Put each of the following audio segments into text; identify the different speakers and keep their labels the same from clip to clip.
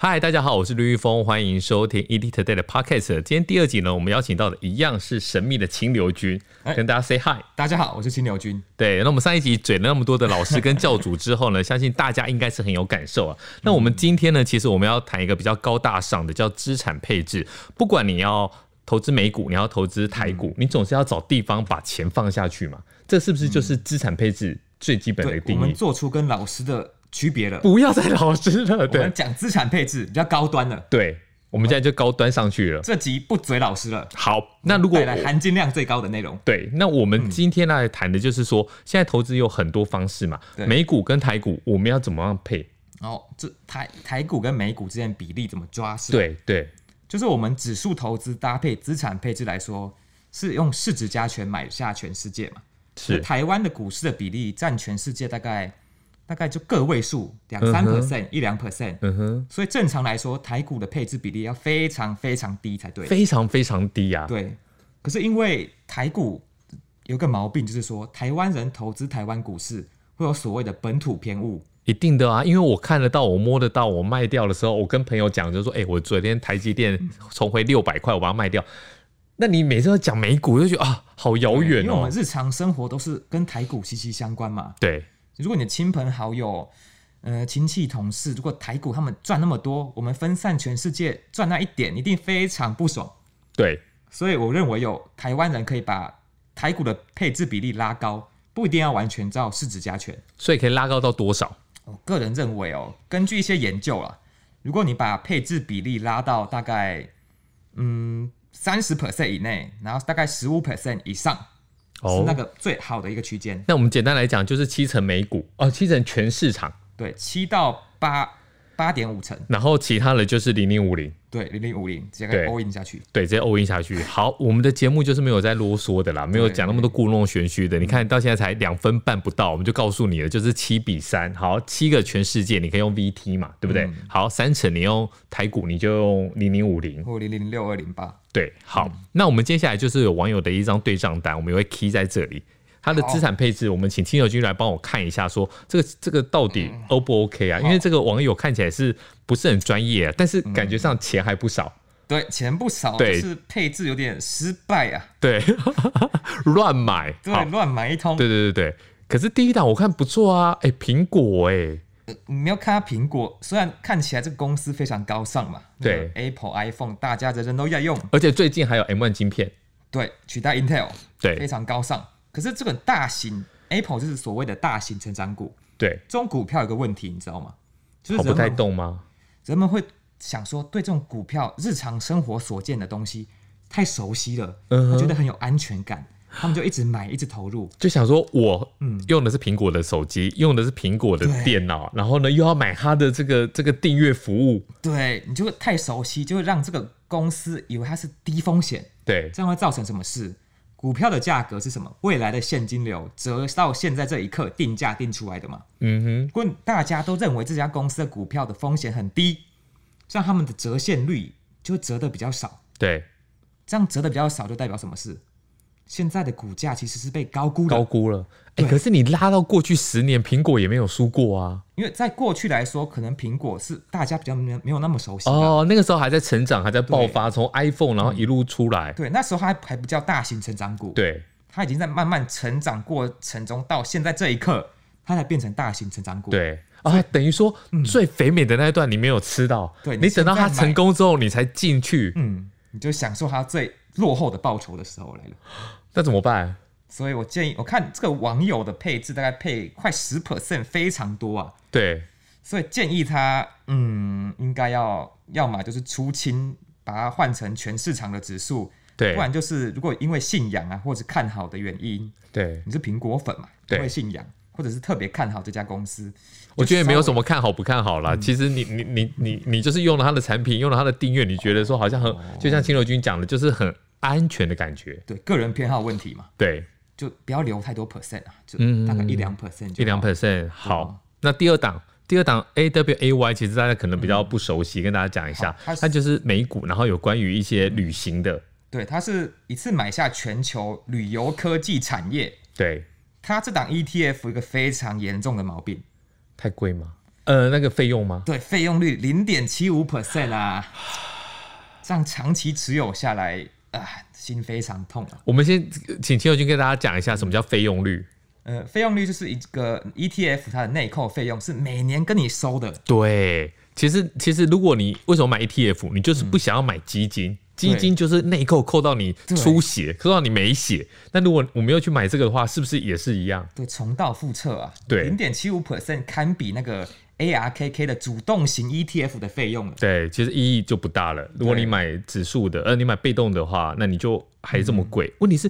Speaker 1: 嗨，大家好，我是吕玉峰，欢迎收听 ET Today 的 Podcast。今天第二集呢，我们邀请到的一样是神秘的清流君，
Speaker 2: 哎
Speaker 1: 跟大家 say hi。
Speaker 2: 大家好，我是青牛君。
Speaker 1: 对，那我们上一集嘴了那么多的老师跟教主之后呢， 相信大家应该是很有感受啊。那我们今天呢，其实我们要谈一个比较高大上的，叫资产配置。不管你要投资美股，你要投资台
Speaker 2: 嗯
Speaker 1: 股，你总是要找地方把钱放下去嘛。这是不是就是资产配置最基本的
Speaker 2: 嗯对，我
Speaker 1: 定
Speaker 2: 们
Speaker 1: 义？
Speaker 2: 做出跟老师的区别了。
Speaker 1: 不要再老师了，
Speaker 2: 我
Speaker 1: 对
Speaker 2: 们讲资产配置比较高端了，
Speaker 1: 对，我们现在就高端上去了。
Speaker 2: 这集不嘴老师了，
Speaker 1: 好，那如果
Speaker 2: 带来嗯含金量最高的内容。
Speaker 1: 对，那我们今天来谈的就是说，现在投资有很多方式嘛，
Speaker 2: 对
Speaker 1: 美股跟台股我们要怎么样配？
Speaker 2: 然后哦这台台股跟美股之间比例怎么抓是？，
Speaker 1: 对对，
Speaker 2: 就是我们指数投资搭配资产配置来说，是用市值加权买下全世界嘛？
Speaker 1: 是
Speaker 2: 台湾的股市的比例占全世界大概大概就个位数，两三
Speaker 1: 嗯哼
Speaker 2: percent 一两 percent，
Speaker 1: 嗯哼，
Speaker 2: 所以正常来说，台股的配置比例要非常非常低才对。
Speaker 1: 非常非常低啊。
Speaker 2: 对，可是因为台股有个毛病，就是说台湾人投资台湾股市会有所谓的本土偏误。
Speaker 1: 一定的啊，因为我看得到，我摸得到，我卖掉的时候，我跟朋友讲，就说，哎、我昨天台积电重回六百块，我把它卖掉。那你每次都讲美股，就觉得啊，好遥远
Speaker 2: 因为我
Speaker 1: 哦
Speaker 2: 们。日常生活都是跟台股息息相关嘛。
Speaker 1: 对，
Speaker 2: 如果你的亲朋好友、呃亲戚同事，如果台股他们赚那么多，我们分散全世界赚那一点，一定非常不爽。
Speaker 1: 对，
Speaker 2: 所以我认为有台湾人可以把台股的配置比例拉高，不一定要完全照市值加权。
Speaker 1: 所以可以拉高到多少？
Speaker 2: 我个人认为哦，根据一些研究啦，如果你把配置比例拉到大概嗯三十 percent 以内，然后大概十五 percent 以上，
Speaker 1: 哦
Speaker 2: 是那个最好的一个区间。
Speaker 1: 那我们简单来讲，就是七成美股哦，七成全市场，
Speaker 2: 对，七到八八点五成，
Speaker 1: 然后其他的就是零零五零。
Speaker 2: 对，零零五零直接
Speaker 1: 对
Speaker 2: all in 下去。
Speaker 1: 对，直接 all in 下去。好，我们的节目就是没有在啰嗦的啦，没有讲那么多故弄玄虚的。你看到现在才两分半不到，我们就告诉你了，就是七比三。好，七个全世界你可以用 VT 嘛，对不对？好，三成你用台股，你就用零零五零。
Speaker 2: 或零零六二零八，
Speaker 1: 对，好，那我们接下来就是有网友的一张对账单，我们也会 key 在这里。他的资产配置，我们请亲友君来帮我看一下说这个这个到底 O 不 OK 啊？因为这个网友看起来是不是很专业、啊，但是感觉上钱还不少。
Speaker 2: 对，钱不少，
Speaker 1: 对
Speaker 2: 就是配置有点失败啊，
Speaker 1: 对，乱买，
Speaker 2: 对
Speaker 1: 好，
Speaker 2: 乱买一通。
Speaker 1: 对对对对。可是第一档我看不错啊，哎、苹果哎、
Speaker 2: 你没有看它苹果，虽然看起来这个公司非常高尚嘛，
Speaker 1: 对
Speaker 2: 那个，Apple iPhone 大家人人都要用，
Speaker 1: 而且最近还有 M1 晶片，
Speaker 2: 对，取代 Intel 非
Speaker 1: 对
Speaker 2: 常高尚。可是这个大型 Apple 就是所谓的大型成长股，
Speaker 1: 对，
Speaker 2: 这种股票有个问题，你知道吗？就是
Speaker 1: 跑不
Speaker 2: 人
Speaker 1: 太
Speaker 2: 们
Speaker 1: 动吗？
Speaker 2: 人们会想说，对这种股票日常生活所见的东西太熟悉了，
Speaker 1: 嗯哼
Speaker 2: 他觉得很有安全感，他们就一直买，一直投入。
Speaker 1: 就想说我用的是苹果的手机，用的是苹果的
Speaker 2: 嗯对
Speaker 1: 电脑，然后呢又要买它的这个这个订阅服务，
Speaker 2: 对你就会太熟悉，就会让这个公司以为它是低风险，
Speaker 1: 对
Speaker 2: 这样会造成什么事？股票的价格是什么？未来的现金流折到现在这一刻定价定出来的嘛？
Speaker 1: 嗯
Speaker 2: 如果大家都认为这家公司的股票的风险很低，这样他们的折现率就会折的比较少。
Speaker 1: 哼，对，
Speaker 2: 这样折的比较少，就代表什么事？现在的股价其实是被高估的，
Speaker 1: 高估了。哎、可是你拉到过去十年，苹果也没有输过啊。
Speaker 2: 因为在过去来说，可能苹果是大家比较没有没有那么熟悉的。嗯
Speaker 1: 哦，那个时候还在成长，还在爆发，从 iPhone 然后一路出来，
Speaker 2: 对，那时候它还还不叫大型成长股，
Speaker 1: 对
Speaker 2: 它已经在慢慢成长过程中，到现在这一刻，它才变成大型成长股。
Speaker 1: 对啊，等于说最肥美的那一段你没有吃到，
Speaker 2: 对
Speaker 1: 你
Speaker 2: 你
Speaker 1: 等到
Speaker 2: 现
Speaker 1: 它
Speaker 2: 在买
Speaker 1: 成功之后你才进去，
Speaker 2: 嗯，你就享受它最落后的报酬的时候来了。
Speaker 1: 那怎么办？
Speaker 2: 所以我建议，我看这个网友的配置大概配快十 percent，非常多啊。
Speaker 1: 对，
Speaker 2: 所以建议他，嗯，应该要要么就是出清，把它换成全市场的指数，
Speaker 1: 对
Speaker 2: 不然就是如果因为信仰啊，或者看好的原因，
Speaker 1: 对，
Speaker 2: 你是苹果粉嘛，
Speaker 1: 对
Speaker 2: 因为信仰，或者是特别看好这家公司，
Speaker 1: 我觉得也没有
Speaker 2: 稍嗯
Speaker 1: 什么看好不看好啦。其实你你你你你就是用了它的产品，用了它的订阅，你觉得说好像很，
Speaker 2: 哦
Speaker 1: 就像青楼君讲的，就是很安全的感觉。
Speaker 2: 对个人偏好问题嘛，
Speaker 1: 对，
Speaker 2: 就不要留太多 percent 啊，就
Speaker 1: 嗯嗯
Speaker 2: 大概
Speaker 1: 嗯
Speaker 2: 一两 percent，就
Speaker 1: 一两
Speaker 2: 好
Speaker 1: percent
Speaker 2: 嗯
Speaker 1: 好。那第二档，第二档 A W A Y，其实大家可能比较不熟悉，跟大家讲一下
Speaker 2: 嗯好，它是
Speaker 1: 它就是美股，然后有关于一些旅行的，
Speaker 2: 对，它是一次买下全球旅游科技产业，
Speaker 1: 对，
Speaker 2: E 它这档 ETF 有一个非常严重的毛病，
Speaker 1: 太贵吗？呃，那个费用吗？
Speaker 2: 对，费用率零点七五 percent 啊， 这样长期持有下来啊，心非常痛啊。
Speaker 1: 我们先请秦友军跟大家讲一下什么叫费用率。
Speaker 2: 呃，费用率就是一个 ETF 它的内扣费用是每年跟你收的，
Speaker 1: 对，其实其实如果你为什么买 ETF，你就是不想要买基金。基金就是内扣扣到你
Speaker 2: 对
Speaker 1: 出血，扣到你没血。那如果我没有去买这个的话，是不是也是一样？
Speaker 2: 对，重蹈覆辙啊。
Speaker 1: 对
Speaker 2: 零点七五 percent 堪比那个 ARKK 的主动型 ETF 的费用了。
Speaker 1: 对，其实意义就不大了。如果你买指数的，呃，你买被动的话，那你就还这么贵。
Speaker 2: 嗯
Speaker 1: 问题是，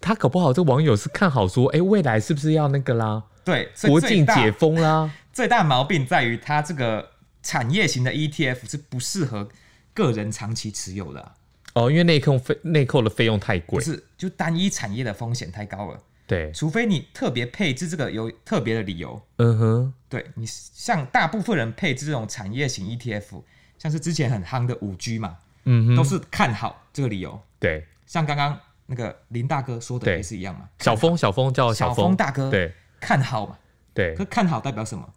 Speaker 1: 他搞不好这网友是看好说，哎、未来是不是要那个啦，
Speaker 2: 对，所以
Speaker 1: 国
Speaker 2: 最
Speaker 1: 境
Speaker 2: 大
Speaker 1: 解封啦？
Speaker 2: 最大毛病在于它这个产业型的 ETF 是不适合个人长期持有的啊、
Speaker 1: 哦，因为内扣费内扣的费用太
Speaker 2: 不
Speaker 1: 贵。
Speaker 2: 是就单一产业的风险太高了，
Speaker 1: 对，
Speaker 2: 除非你特别配置这个有特别的理由。
Speaker 1: 嗯哼，
Speaker 2: 对你像大部分人配置这种产业型 ETF，像是之前很夯的五 G 嘛，
Speaker 1: 嗯哼，
Speaker 2: 都是看好这个理由。
Speaker 1: 对。
Speaker 2: 像刚刚那个林大哥说的
Speaker 1: 对
Speaker 2: 也是一样嘛，
Speaker 1: 小峰，小峰叫
Speaker 2: 小
Speaker 1: 峰
Speaker 2: 峰，大哥
Speaker 1: 对
Speaker 2: 看好嘛，
Speaker 1: 对
Speaker 2: 可，看好代表什么？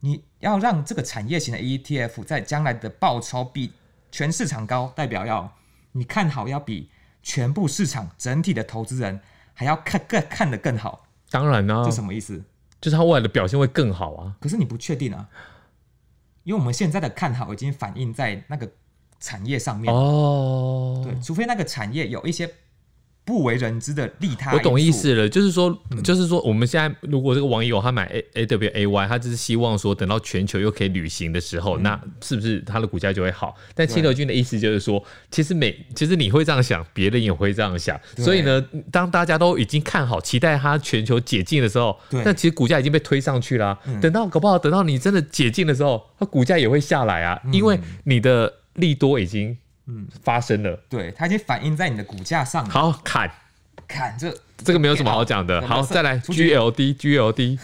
Speaker 2: 你要让这个产业型的 ETF 在将来的报酬比全市场高，代表要你看好要比全部市场整体的投资人还要看更看得更好，
Speaker 1: 当然啦、
Speaker 2: 这什么意思？
Speaker 1: 就是他未来的表现会更好啊。
Speaker 2: 可是你不确定啊，因为我们现在的看好已经反映在那个产业上面，
Speaker 1: 哦，
Speaker 2: 对，除非那个产业有一些不为人知的利他，
Speaker 1: 我懂意，思了，就是说，
Speaker 2: 嗯
Speaker 1: 就是说，我们现在如果这个网友他买 A A W A Y，他只是希望说等到全球又可以旅行的时候，
Speaker 2: 嗯
Speaker 1: 那是不是他的股价就会好？但
Speaker 2: 对
Speaker 1: 七流君的意思就是说，其实每其实你会这样想，别人也会这样想，
Speaker 2: 对
Speaker 1: 所以呢，当大家都已经看好、期待它全球解禁的时候，
Speaker 2: 对嗯
Speaker 1: 那其实股价已经被推上去了啊、等到搞不好等到你真的解禁的时候，它股价也会下来啊，因为你的利多已经
Speaker 2: 嗯
Speaker 1: 发生了。
Speaker 2: 对，它已经反映在你的股价上了。
Speaker 1: 好砍，
Speaker 2: 看这
Speaker 1: 这个没有什么好讲的。
Speaker 2: 对
Speaker 1: 好，
Speaker 2: 没事
Speaker 1: 再来
Speaker 2: 出去
Speaker 1: GLD GLD，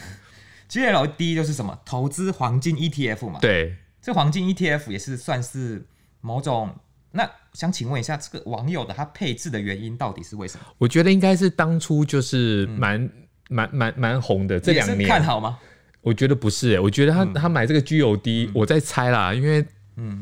Speaker 2: GLD 就是什么？投资黄金 ETF 嘛。，
Speaker 1: 对，
Speaker 2: 这黄金 ETF 也是算是某种。那想请问一下，这个网友的他配置的原因到底是为什么？
Speaker 1: 我觉得应该是当初就是蛮蛮蛮蛮红的这
Speaker 2: 也
Speaker 1: 两
Speaker 2: 是看
Speaker 1: 年，
Speaker 2: 好嗯吗？
Speaker 1: 我觉得不是欸我觉得他他买这个
Speaker 2: 嗯
Speaker 1: GLD，我在猜啦，因为。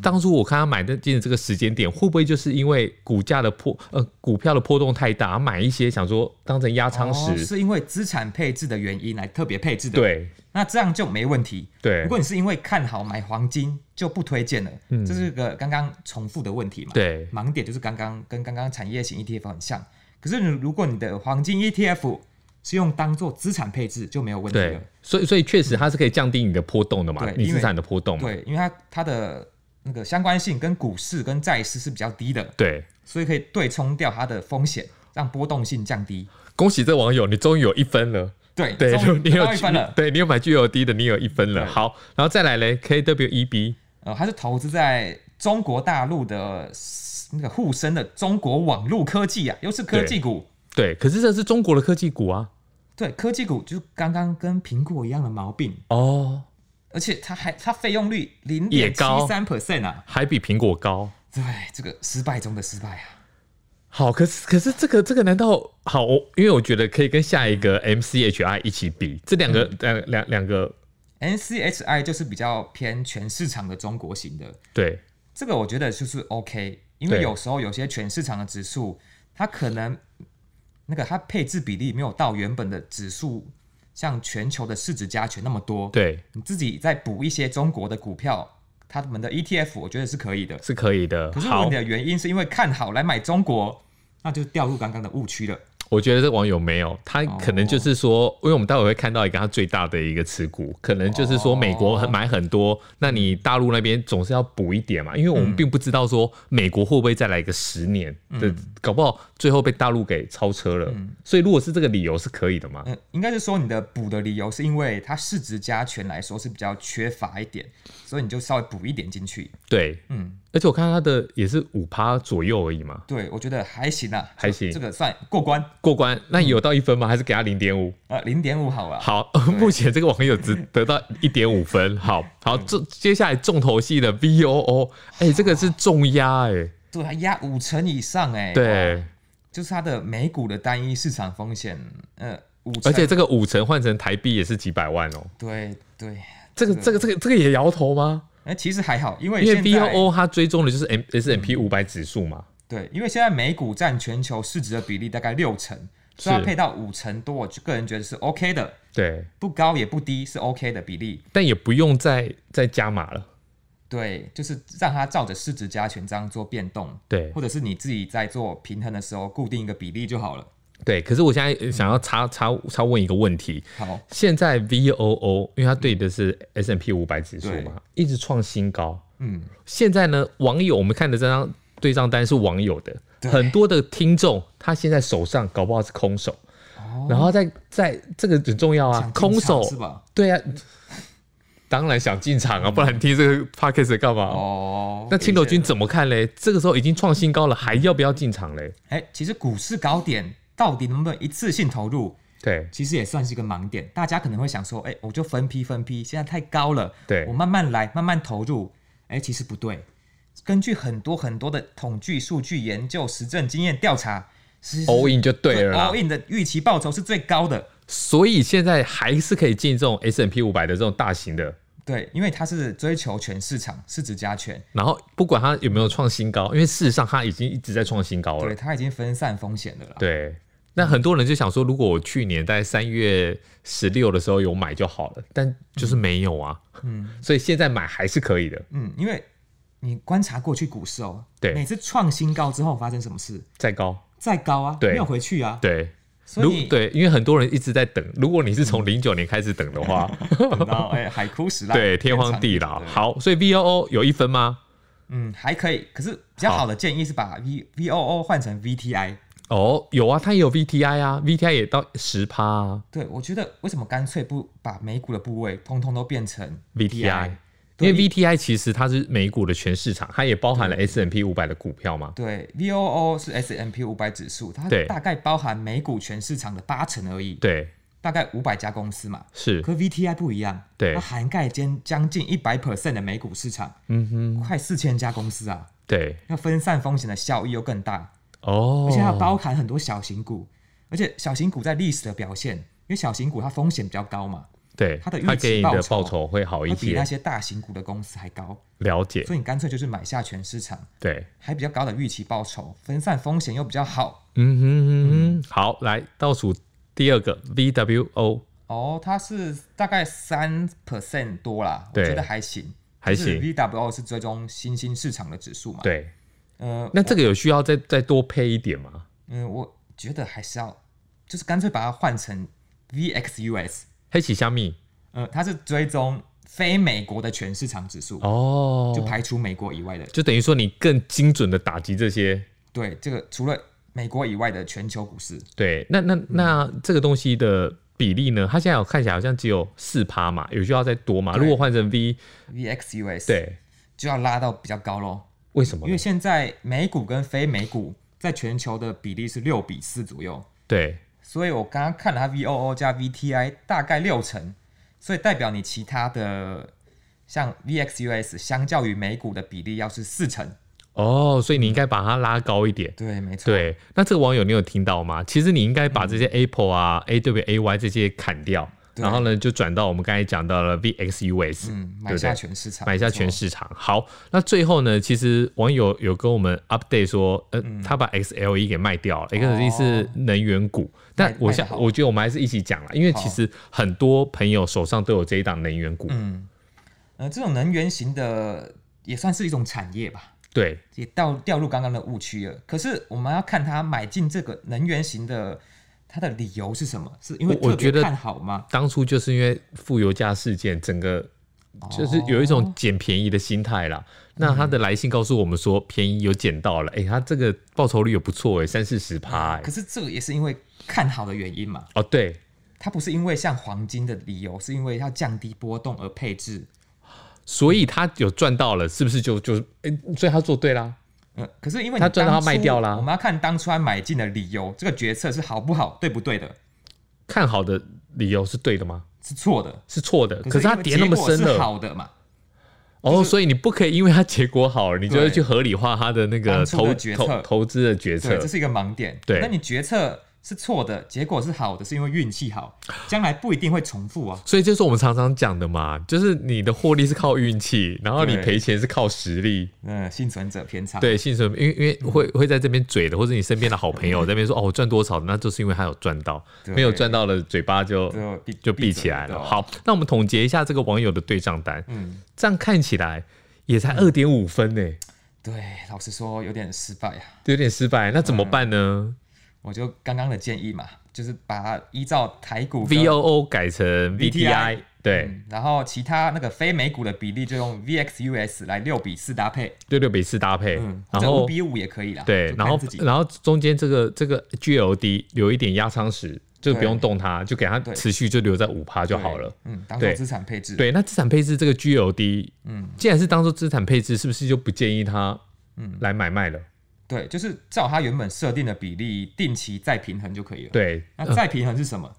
Speaker 1: 当初我看他买的进的这个时间点，会不会就是因为股价的波呃股票的波动太大，买一些想说当成压仓
Speaker 2: 哦，
Speaker 1: 石？
Speaker 2: 是因为资产配置的原因来特别配置的。，
Speaker 1: 对
Speaker 2: 那这样就没问题。
Speaker 1: 对
Speaker 2: 如果你是因为看好买黄金，就不推荐了。这是个刚刚重复的问题嘛？，
Speaker 1: 嗯对，
Speaker 2: 盲点就是刚刚跟刚刚产业型 ETF 很像。可是如果你的黄金 ETF 是用当做资产配置，就没有问题
Speaker 1: 对
Speaker 2: 了。，
Speaker 1: 所以所以确实它是可以降低你的波动的嘛，
Speaker 2: 对
Speaker 1: 你
Speaker 2: 因
Speaker 1: 资
Speaker 2: 为
Speaker 1: 产的波动嘛，
Speaker 2: 对，因为它它的那个相关性跟股市跟债市是比较低的，
Speaker 1: 对，
Speaker 2: 所以可以对冲掉它的风险，让波动性降低。
Speaker 1: 恭喜这网友，你终于有一分了。
Speaker 2: 对
Speaker 1: 对，
Speaker 2: 终于
Speaker 1: 你有
Speaker 2: 得到一分了。
Speaker 1: 对你有买 GLD 的，你有一分了。
Speaker 2: 对
Speaker 1: 好，然后再来嘞，KWEB，E
Speaker 2: 呃，它是投资在中国大陆的那个沪深的中国网络科技啊，又是科技股。
Speaker 1: 对，可是这是中国的科技股啊。
Speaker 2: 对，科技股就是刚刚跟苹果一样的毛病，
Speaker 1: 哦，
Speaker 2: 而且它还它费用率零
Speaker 1: 也
Speaker 2: 点七
Speaker 1: 高
Speaker 2: 三 percent 啊，
Speaker 1: 还比苹果高。
Speaker 2: 对，这个失败中的失败啊，
Speaker 1: 好，可是可是这个这个难道好？我因为我觉得可以跟下一个 MCHI 一起比，这两个两两两个
Speaker 2: NCHI 就是比较偏全市场的中国型的，
Speaker 1: 对
Speaker 2: 这个我觉得就是 OK，因为
Speaker 1: 对
Speaker 2: 有时候有些全市场的指数，它可能那个它配置比例没有到原本的指数，像全球的市值加权那么多，
Speaker 1: 对
Speaker 2: 你自己再补一些中国的股票，他们的 ETF 我觉得是可以的。
Speaker 1: 是可以的。
Speaker 2: 可是如果
Speaker 1: 好
Speaker 2: 你，的原因是因为看好来买中国，那就掉入刚刚的误区了。
Speaker 1: 我觉得这网友没有，他可能就是说，
Speaker 2: 哦
Speaker 1: 因为我们待会会看到一个他最大的一个持股，可能就是
Speaker 2: 哦
Speaker 1: 说美国很买很多，那你大陆那边总是要补一点嘛，因为我们并不知道说美国会不会再来个十年的，搞不好最后被大陆给超车了。所以如果是这个理由是可以的嘛？
Speaker 2: 嗯，应该是说你的补的理由是因为它市值加权来说是比较缺乏一点，所以你就稍微补一点进去。
Speaker 1: 对，
Speaker 2: 嗯，
Speaker 1: 而且我看他的也是五趴左右而已嘛，
Speaker 2: 对，我觉得还行啊，
Speaker 1: 还行
Speaker 2: 这个算过关。
Speaker 1: 过关，那有到一分吗？还是给他零点五？
Speaker 2: 呃，零点五好了。
Speaker 1: 好， 目前这个网友只得到一点五分。好好，这接下来重头戏的 VOO，哎、这个是重压哎、
Speaker 2: 对，它压五成以上哎、哇，
Speaker 1: 对，
Speaker 2: 就是它的美股的单一市场风险，呃，五
Speaker 1: 而
Speaker 2: 成，
Speaker 1: 且这个五成换成台币也是几百万哦、
Speaker 2: 对对，
Speaker 3: 这个这个这个这个也摇头吗？
Speaker 2: 哎，其实还好，因为
Speaker 1: 因为
Speaker 2: 现
Speaker 1: B
Speaker 2: 在
Speaker 1: O O 它追踪的就是 M S M P 五百指数嘛。
Speaker 2: 对，因为现在美股占全球市值的比例大概六成，所以它
Speaker 1: 是
Speaker 2: 配到五成多，我就个人觉得是 OK 的，
Speaker 1: 对，
Speaker 2: 不高也不低，是 OK 的比例。
Speaker 1: 但也不用再再加码了。
Speaker 2: 对，就是让它照着市值加权这样做变动，
Speaker 1: 对
Speaker 2: 或者是你自己在做平衡的时候固定一个比例就好了。
Speaker 1: 对，可是我现在想要插插插问一个问题，
Speaker 2: 好，
Speaker 1: 现在 V O O，因为它对的是 S M P 五百指数嘛，一直创新高。
Speaker 2: 嗯，
Speaker 1: 现在呢，网友我们看的这张对账单是网友的，
Speaker 2: 对
Speaker 1: 很多的听众他现在手上搞不好是空手，
Speaker 2: 哦
Speaker 1: 然后在在这个很重要啊
Speaker 2: 想，进
Speaker 1: 空
Speaker 2: 场
Speaker 1: 手
Speaker 2: 是吧？嗯
Speaker 1: 对啊，当然想进场啊，不然你听这个 podcast 干嘛？
Speaker 2: 哦，
Speaker 1: 那青
Speaker 2: 了
Speaker 1: 柳
Speaker 2: 解
Speaker 1: 君怎么看嘞？这个时候已经创新高了，还要不要进场嘞？
Speaker 2: 哎、其实股市高点到底能不能一次性投入，
Speaker 1: 对
Speaker 2: 其实也算是一个盲点。大家可能会想说，哎、我就分批分批，现在太高了，
Speaker 1: 对
Speaker 2: 我慢慢来，慢慢投入。哎、其实不对，根据很多很多的统计数据、研究、实证经验调查，是
Speaker 1: ，all in 就对了啦
Speaker 2: all。in 的预期报酬是最高的。
Speaker 1: 所以现在还是可以进这种 S M P 五百的这种大型的，
Speaker 2: 对，因为它是追求全市场市值加权，
Speaker 1: 然后不管它有没有创新高，因为事实上它已经一直在创新高
Speaker 2: 对，
Speaker 1: 了。
Speaker 2: 它已经分散风险的了啦。
Speaker 1: 对，那很多人就想说，如果我去年在三月十六的时候有买就好了，但就是没有啊，
Speaker 2: 嗯
Speaker 1: 所以现在买还是可以的。
Speaker 2: 嗯，因为你观察过去股市哦，
Speaker 1: 对
Speaker 2: 每次创新高之后发生什么事？
Speaker 1: 再高，
Speaker 2: 再高啊，
Speaker 1: 对
Speaker 2: 没有回去啊，
Speaker 1: 对，
Speaker 2: 所
Speaker 1: 如
Speaker 2: 以你
Speaker 1: 对，因为很多人一直在等。如果你是
Speaker 2: 嗯
Speaker 1: 从零九年开始等的 话，
Speaker 2: 等到哎、海枯石烂，
Speaker 1: 对，天荒地老。
Speaker 2: 对，
Speaker 1: 好，所以 V O O 有一分吗？
Speaker 2: 嗯，还可以。可是比较
Speaker 1: 好
Speaker 2: 好的建议是把 V V O O 换成 V T I。
Speaker 1: 哦，有啊，它也有 V T I 啊，V T I 也到十趴啊
Speaker 2: 对，我觉得为什么干脆不把美股的部位通通都变成
Speaker 1: ，V T I。因
Speaker 2: 对
Speaker 1: 为 V T I 其实它是美股的全市场，它也包含了 S M P 五百的股票嘛。
Speaker 2: 对，V O O 是 S M P 五百指数，它
Speaker 1: 对
Speaker 2: 大概包含美股全市场的八成而已，
Speaker 1: 对，
Speaker 2: 大概五百家公司嘛。
Speaker 1: 是，
Speaker 2: 可 V T I 不一样，
Speaker 1: 对
Speaker 2: 它涵盖将将近一百 percent 的美股市场，
Speaker 1: 嗯哼，
Speaker 2: 快四千家公司啊，
Speaker 1: 对，
Speaker 2: 那分散风险的效益又更大。
Speaker 1: 哦，
Speaker 2: 而且它包含很多小型股，而且小型股在历史的表现，因为小型股它风险比较高嘛，
Speaker 1: 对，
Speaker 2: 它的预
Speaker 1: 它
Speaker 2: 期
Speaker 1: 给你的
Speaker 2: 报
Speaker 1: 报
Speaker 2: 酬
Speaker 1: 酬会好一
Speaker 2: 它比那
Speaker 1: 些，
Speaker 2: 些大型股的公司还高，
Speaker 1: 了解，
Speaker 2: 所以你干脆就是买下全市场，
Speaker 1: 对，
Speaker 2: 还比较高的预期报酬，分散风险又比较好。
Speaker 1: 嗯哼嗯哼，好，来倒数第二个 V W O
Speaker 2: 哦，它是大概三 percent 多啦，我
Speaker 1: 对
Speaker 2: 觉得还行，
Speaker 1: 还行
Speaker 2: V W O 是追踪新兴市场的指数嘛？，
Speaker 1: 对，
Speaker 2: 呃，
Speaker 1: 那这个有需要再再多配一点吗？
Speaker 2: 嗯、我觉得还是要，就是干脆把它换成 V X U S，
Speaker 1: 黑起虾米
Speaker 2: 呃，它是追踪非美国的全市场指数。
Speaker 1: 哦，
Speaker 2: 就排除美国以外的。
Speaker 1: 就等于说你更精准的打击这些。
Speaker 2: 对，这个除了美国以外的全球股市，
Speaker 1: 对，那
Speaker 2: 嗯
Speaker 1: 那那这个东西的比例呢？它现在我看起来好像只有四趴嘛，有需要再多嘛？
Speaker 2: 对
Speaker 1: 如果换成 V，
Speaker 2: VXUS
Speaker 1: 对，
Speaker 2: 就要拉到比较高喽，
Speaker 1: 为什么
Speaker 2: 因
Speaker 1: 呢
Speaker 2: 为？现在美股跟非美股在全球的比例是六比四左右，
Speaker 1: 对，
Speaker 2: 所以我刚刚看了它 VOO 加 VTI 大概六成，所以代表你其他的像 VXUS 相较于美股的比例要是四成。
Speaker 1: 哦，所以你应该把它拉高一点。
Speaker 2: 对，没错。
Speaker 1: 对，那这个网友你有听到吗？其实你应该把这些 Apple 啊、A W A Y 这些砍掉，
Speaker 2: 嗯对
Speaker 1: 然后呢就转到我们刚才讲到了 V X U S，
Speaker 2: 嗯，
Speaker 1: 对
Speaker 2: 买
Speaker 1: 不
Speaker 2: 下
Speaker 1: 对？
Speaker 2: 全市场，
Speaker 1: 买下全
Speaker 2: 没错
Speaker 1: 市场。好，那最后呢，其实网友有跟我们 update 说，呃，
Speaker 2: 嗯
Speaker 1: 他把 XLE 给卖掉了，XLE 是能源股，但
Speaker 2: 哦卖
Speaker 1: 我
Speaker 2: 卖得
Speaker 1: 想
Speaker 2: 好
Speaker 1: 我觉得我们还是一起讲了，因为其
Speaker 2: 好
Speaker 1: 实很多朋友手上都有这一档能源股，
Speaker 2: 嗯，呃，这种能源型的也算是一种产业吧。
Speaker 1: 对
Speaker 2: 也掉掉入刚刚的误区了。可是我们要看他买进这个能源型的，他的理由是什么？是因为
Speaker 1: 我我
Speaker 2: 特别
Speaker 1: 觉得
Speaker 2: 看好吗？
Speaker 1: 当初就是因为负油价事件，整个
Speaker 2: 哦
Speaker 1: 就是有一种捡便宜的心态啦。那他的来信告诉我们说，便宜有捡到了，哎、
Speaker 2: 嗯
Speaker 1: 他这个报酬率也不错哎、三四十趴哎。
Speaker 2: 可是这个也是因为看好的原因嘛，
Speaker 1: 哦，对，
Speaker 2: 它不是因为像黄金的理由，是因为要降低波动而配置。
Speaker 1: 所以他有赚到了，是不是就就哎、所以他做对啦。
Speaker 2: 呃，可是因为你
Speaker 1: 他赚到
Speaker 2: 当
Speaker 1: 他卖
Speaker 2: 初
Speaker 1: 掉啦
Speaker 2: 我们要看当初他买进的理由，这个决策是好不好，对不对的，
Speaker 1: 看好的理由是对的吗？
Speaker 2: 是错的。
Speaker 1: 是错的，可是它
Speaker 2: 因为
Speaker 1: 跌那么
Speaker 2: 结果
Speaker 1: 深
Speaker 2: 是
Speaker 1: 了，
Speaker 2: 好的嘛？
Speaker 1: 哦，所以你不可以因为它结果好了，你就会
Speaker 2: 对
Speaker 1: 去合理化它的那个
Speaker 2: 当初
Speaker 1: 投
Speaker 2: 的决
Speaker 1: 投
Speaker 2: 策
Speaker 1: 投资的决
Speaker 2: 对，
Speaker 1: 策
Speaker 2: 这。是一个盲点。
Speaker 1: 对
Speaker 2: 那你决策是错的，结果是好的，是因为运气好，将来不一定会重复啊。
Speaker 1: 所以就是我们常常讲的嘛，就是你的获利是靠运气，然后你
Speaker 2: 对
Speaker 1: 赔钱是靠实力。
Speaker 2: 嗯，幸存者偏差。，
Speaker 1: 对，幸存，因为因为会
Speaker 2: 嗯
Speaker 1: 会在这边嘴的，或者你身边的好朋友在那边说哦，我赚多少，那就是因为他有赚到，
Speaker 2: 对
Speaker 1: 没有赚到的嘴巴就
Speaker 2: 就闭
Speaker 1: 就
Speaker 2: 闭
Speaker 1: 闭
Speaker 2: 嘴
Speaker 1: 起来了。
Speaker 2: 对
Speaker 1: 好，那我们统结一下这个网友的对账单，
Speaker 2: 嗯，
Speaker 1: 这样看起来也才二点五分呢、
Speaker 2: 对，老实说有点失败啊。
Speaker 1: 有点失败，那怎么办
Speaker 2: 嗯
Speaker 1: 呢
Speaker 2: 我就刚刚的建议嘛，就是把它依照台股的
Speaker 1: ？V O O 改成 V T I，
Speaker 2: VTI
Speaker 1: 对，
Speaker 2: 嗯然后其他那个非美股的比例就用 VXUS 来六比四搭配，
Speaker 1: 六六比四搭配
Speaker 2: 嗯，，
Speaker 1: 然
Speaker 2: 或者五
Speaker 1: 后
Speaker 2: 比五也可以啦。
Speaker 1: 对，
Speaker 2: 就
Speaker 1: 然
Speaker 2: 看
Speaker 1: 后
Speaker 2: 自己
Speaker 1: 然后中间这个这个 G L D 留一点压仓石，就不用
Speaker 2: 对
Speaker 1: 动它，就给它
Speaker 2: 对
Speaker 1: 持续就留在五趴就好了。。
Speaker 2: 对嗯，当做
Speaker 1: 对
Speaker 2: 资产配置。，
Speaker 1: 对，那资产配置这个 G L D，
Speaker 2: 嗯
Speaker 1: 既然是当做资产配置，是不是就不建议它
Speaker 2: 嗯
Speaker 1: 来买卖了？
Speaker 2: 对，就是照它原本设定的比例，定期再平衡就可以了。，
Speaker 1: 对，
Speaker 2: 那再平衡是什么？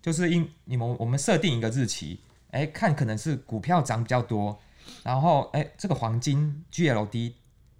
Speaker 2: 就是因你们我们设定一个日期，哎，看可能是股票涨比较多，然后哎这个黄金 GLD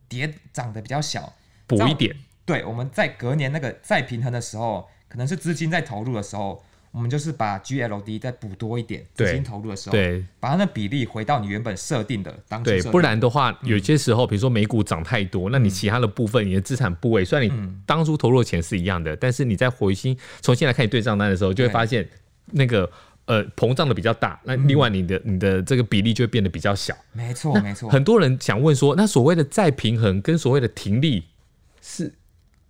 Speaker 2: 跌涨得比较小，
Speaker 1: 补
Speaker 2: 这
Speaker 1: 一
Speaker 2: 样哦
Speaker 1: 点，
Speaker 2: 对，我们在隔年那个再平衡的时候，可能是资金在投入的时候，我们就是把 GLD 再补多一点，
Speaker 1: 对
Speaker 2: 资金投入的时候，
Speaker 1: 对
Speaker 2: 把它的比例回到你原本设定的当初
Speaker 1: 对，
Speaker 2: 设定
Speaker 1: 不然的话，
Speaker 2: 嗯
Speaker 1: 有些时候比如说美股涨太多，那你其他的部分，你的资产部位，虽然你
Speaker 2: 嗯
Speaker 1: 当初投入的钱是一样的，但是你在回心重新来看你对账单的时候，就会
Speaker 2: 对嗯
Speaker 1: 发现那个呃膨胀的比较大，那另外你的你的这个比例就会变得比较小。
Speaker 2: 没 错没错，
Speaker 1: 很多人想问说，那所谓的再平衡跟所谓的停利是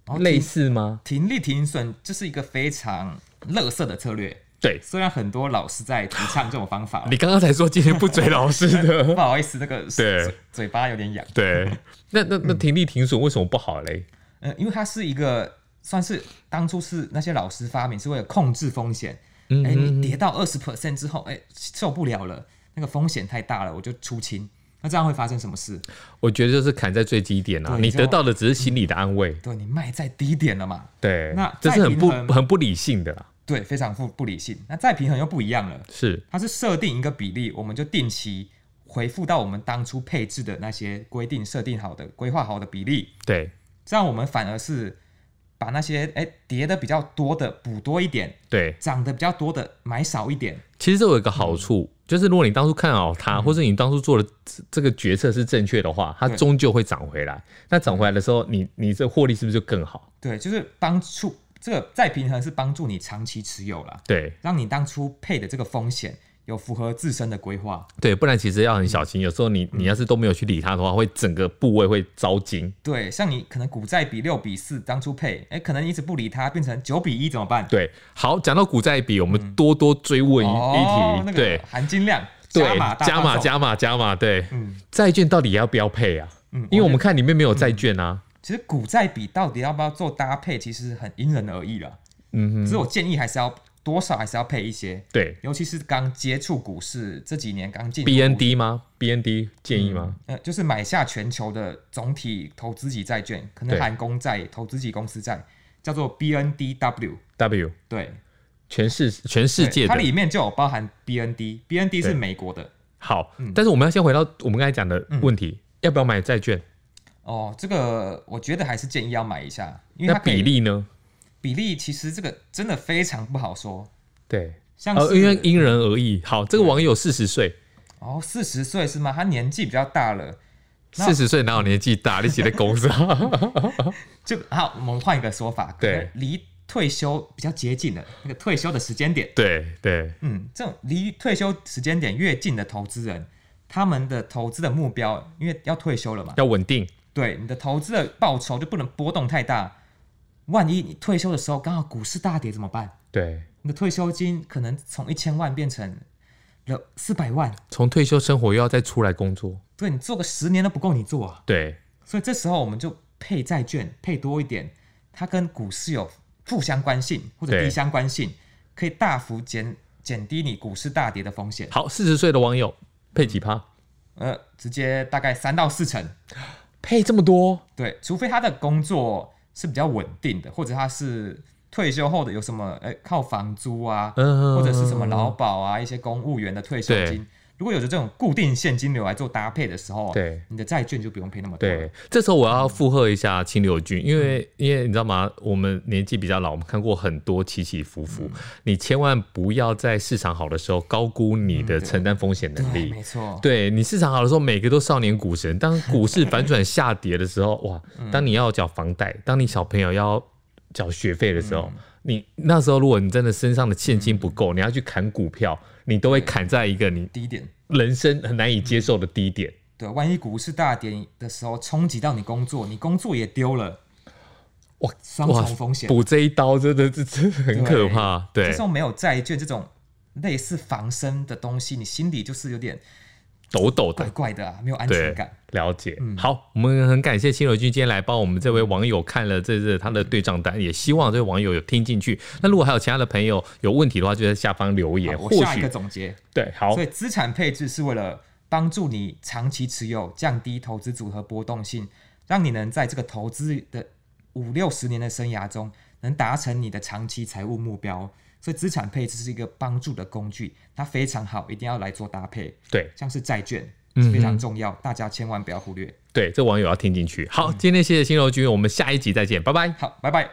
Speaker 2: 然后
Speaker 1: 类
Speaker 2: 停
Speaker 1: 似吗？
Speaker 2: 停利停损，这是一个非常乐色的策略。
Speaker 1: 对，，
Speaker 2: 虽然很多老师在提倡这种方法
Speaker 1: 你刚刚才说今天不追老师
Speaker 2: 不
Speaker 1: 的，
Speaker 2: 好意思，那个
Speaker 1: 对
Speaker 2: 嘴嘴巴有点痒。
Speaker 1: 对，那那那停利停损为什么不好嘞？
Speaker 2: 嗯，因为它是一个算是当初是那些老师发明是为了控制风险。
Speaker 1: 嗯
Speaker 2: 哎、你跌到二十 percent 之后，哎、受不了了，那个风险太大了，我就出清。那这样会发生什么事？
Speaker 1: 我觉得就是砍在最低点啊，
Speaker 2: 对
Speaker 1: 你
Speaker 2: 你知道
Speaker 1: 得到的只是心理的安慰，
Speaker 2: 对你卖在低点了嘛？
Speaker 1: 对，
Speaker 2: 那
Speaker 1: 这是很不
Speaker 2: 再平衡
Speaker 1: 很不理性的啦，
Speaker 2: 对，非常不不理性。那再平衡又不一样了，
Speaker 1: 是
Speaker 2: 它是设定一个比例，我们就定期回复到我们当初配置的那些规定设定好的、规划好的比例。
Speaker 1: 对
Speaker 2: 这样我们反而是把那些哎跌的比较多的补多一点，
Speaker 1: 对。
Speaker 2: 涨的比较多的买少一点。
Speaker 1: 其实这有一个好处，就是如果你当初看好它，或是你当初做的这这个决策是正确的话，它
Speaker 2: 对
Speaker 1: 终究会涨回来。那涨回来的时候，你你这获利是不是就更好？
Speaker 2: 对，就是帮助这个再平衡是帮助你长期持有啦，
Speaker 1: 对
Speaker 2: 让你当初配的这个风险有符合自身的规划。
Speaker 1: 对，不然其实要
Speaker 2: 嗯
Speaker 1: 很小心。有时候你你要是都没有去理它的话，会整个部位会糟金。
Speaker 2: 对，像你可能股债比六比四当初配，哎，可能你一直不理它，变成九比一怎么办？
Speaker 1: 对，好，讲到股债比，我们多多追问一
Speaker 2: 嗯哦
Speaker 1: 一，
Speaker 2: 那
Speaker 1: 题。
Speaker 2: 个
Speaker 1: 对
Speaker 2: 含金量加
Speaker 1: 对
Speaker 2: 码，大
Speaker 1: 加
Speaker 2: 放
Speaker 1: 码
Speaker 2: 送。
Speaker 1: 加码加码，对，
Speaker 2: 嗯
Speaker 1: 债券到底要不要配啊？
Speaker 2: 嗯，
Speaker 1: 因为我们
Speaker 2: 觉得
Speaker 1: 看里面没有债券啊。
Speaker 2: 其实股债比到底要不要做搭配，其实很因人而异了。
Speaker 1: 嗯哼，
Speaker 2: 只是我建议还是要多少还是要配一些，
Speaker 1: 对
Speaker 2: 尤其是刚接触股市这几年刚进入股市
Speaker 1: ，BND 吗？BND 建议吗？
Speaker 2: 呃，就是买下全球的总体投资级债券，可能
Speaker 1: 对
Speaker 2: 含公债、投资级公司债，叫做 BNDW。
Speaker 1: W
Speaker 2: 对，
Speaker 1: 全世全世界
Speaker 2: 嗯对它
Speaker 1: 的
Speaker 2: 里面就有包含 BND，BND
Speaker 1: 对
Speaker 2: 是美国的。
Speaker 1: 好，
Speaker 2: 嗯
Speaker 1: 但是我们要先回到我们刚才讲的问题，要不要买债券？
Speaker 2: 哦，这个我觉得还是建议要买一下，因为
Speaker 1: 那
Speaker 2: 它可以
Speaker 1: 比例呢？
Speaker 2: 比例其实这个真的非常不好说，
Speaker 1: 对，
Speaker 2: 像
Speaker 1: 呃，因为
Speaker 2: 是
Speaker 1: 因人而异。好，这个网友四十岁，
Speaker 2: 哦四十岁是吗？他年纪比较大了，那
Speaker 1: 四十岁哪有年纪大？你写的公 司啊？
Speaker 2: 就好，我们换一个说法，可能
Speaker 1: 对
Speaker 2: 离退休比较接近的那个退休的时间点，
Speaker 1: 对对，
Speaker 2: 嗯，这种离退休时间点越近的投资人，他们的投资的目标，因为要退休了嘛，
Speaker 1: 要稳定。
Speaker 2: 对你的投资的报酬就不能波动太大。万一你退休的时候刚好股市大跌怎么办？
Speaker 1: 对，
Speaker 2: 你的退休金可能从一千万变成了四百万，
Speaker 1: 从退休生活又要再出来工作。
Speaker 2: 对你做个十年都不够你做啊。
Speaker 1: 对，
Speaker 2: 所以这时候我们就配债券配多一点，它跟股市有负相关性或者
Speaker 1: 对
Speaker 2: 低相关性，可以大幅减减低你股市大跌的风险。
Speaker 1: 好，四十岁的网友配几趴？
Speaker 2: 呃，直接大概三到四成，
Speaker 1: 配这么多？
Speaker 2: 对，除非他的工作是比较稳定的，或者他是退休后的哎有什么呃靠房租啊，
Speaker 1: 嗯
Speaker 2: 或者是什么劳保啊，一些公务员的退休金，如果有着这种固定现金流来做搭配的时候，
Speaker 1: 对，
Speaker 2: 你的债券就不用配那么多了。
Speaker 1: 对，这时候我要附和一下清流君，因为因为你知道吗？我们年纪比较老，我们看过很多起起伏伏，你千万不要在市场好的时候高估你的
Speaker 2: 嗯对
Speaker 1: 承担风险能
Speaker 2: 对，
Speaker 1: 力。
Speaker 2: 没错，
Speaker 1: 对你市场好的时候，每个都少年股神。当股市反转下跌的时候，哇！当你要缴房贷，当你小朋友要缴学费的时候，你那时候如果你真的身上的现金不够，你要去砍股票，你都会砍在一个你
Speaker 2: 低点。
Speaker 1: 人生很难以接受的低点。
Speaker 2: 对，万一股市大跌的时候冲击到你工作，你工作也丢了，
Speaker 1: 哇
Speaker 2: 双
Speaker 1: 哇
Speaker 2: 重风险。
Speaker 1: 补这一刀真的是真的很可怕。对
Speaker 2: 嗯这时，候没有债券这种类似防身的东西，你心里就是有点
Speaker 1: 抖抖
Speaker 2: 怪
Speaker 1: 的，
Speaker 2: 怪的啊，没有安全
Speaker 1: 对
Speaker 2: 感。，嗯
Speaker 1: 了解。好，我们很感谢新柔君今天来帮我们这位网友看了这次他的对账单，也希望这位网友有听进去。那如果还有其他的朋友有问题的话，就在下方留言，
Speaker 2: 好我
Speaker 1: 或
Speaker 2: 下一个
Speaker 1: 许
Speaker 2: 总结，
Speaker 1: 对好
Speaker 2: 所以资产配置是为了帮助你长期持有，降低投资组合波动性，让你能在这个投资的五六十年的生涯中，能达成你的长期财务目标。所以资产配置是一个帮助的工具，它非常好，一定要来做搭配。
Speaker 1: 对
Speaker 2: 像是债券是
Speaker 1: 嗯
Speaker 2: 非常重要，大家千万不要忽略。嗯
Speaker 1: 对，这网友要听进去。好，今天谢谢新柔君，我们下一集再见，拜拜。
Speaker 2: 好，拜拜。